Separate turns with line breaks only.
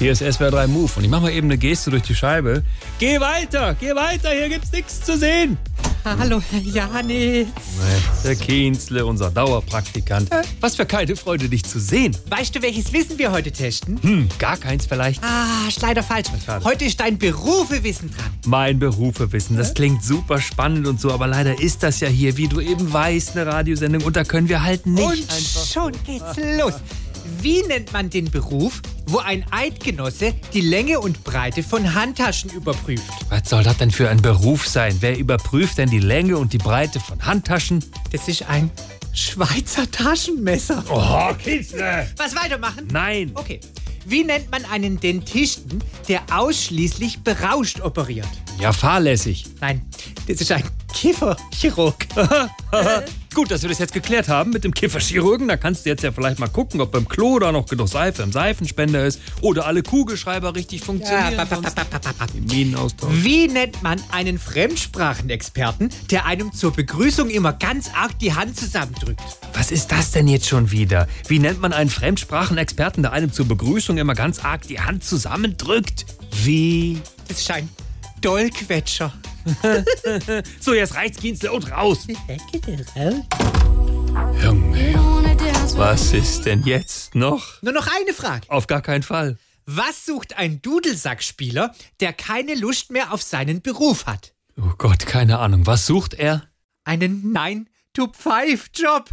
Hier ist SWR3 Move und ich mache mal eben eine Geste durch die Scheibe. Geh weiter, geh weiter, hier gibt's nichts zu sehen.
Hallo, Herr Janis.
Der Kienzle, unser Dauerpraktikant. Was für keine Freude, dich zu sehen.
Weißt du, welches Wissen wir heute testen?
Hm, gar keins vielleicht.
Ah, ist leider falsch.
Schade.
Heute ist dein Berufewissen dran.
Mein Berufe wissen, das klingt super spannend und so, aber leider ist das ja hier, wie du eben weißt, eine Radiosendung und da können wir halt nicht.
Und schon geht's los. Wie nennt man den Beruf, wo ein Eidgenosse die Länge und Breite von Handtaschen überprüft?
Was soll das denn für ein Beruf sein? Wer überprüft denn die Länge und die Breite von Handtaschen?
Das ist ein Schweizer Taschenmesser.
Oh, Kienzle!
Was weitermachen?
Nein!
Okay. Wie nennt man einen Dentisten, der ausschließlich berauscht operiert?
Ja, fahrlässig.
Nein, das ist ein Kieferchirurg.
Äh, Gut, dass wir das jetzt geklärt haben mit dem Kieferchirurgen. Da kannst du jetzt ja vielleicht mal gucken, ob beim Klo da noch genug Seife im Seifenspender ist oder alle Kugelschreiber richtig funktionieren.
Ja, pa, pa, pa, pa, pa, pa.
Minenaustausch.
Wie nennt man einen Fremdsprachenexperten, der einem zur Begrüßung immer ganz arg die Hand zusammendrückt?
Was ist das denn jetzt schon wieder? Wie nennt man einen Fremdsprachenexperten, der einem zur Begrüßung immer ganz arg die Hand zusammendrückt? Wie?
Das ist ein Dollquetscher.
So, jetzt reicht's, Kienzle, und raus. Was ist denn jetzt noch?
Nur noch eine Frage.
Auf gar keinen Fall.
Was sucht ein Dudelsackspieler, der keine Lust mehr auf seinen Beruf hat?
Oh Gott, keine Ahnung. Was sucht er?
Einen 9-to-5-Job.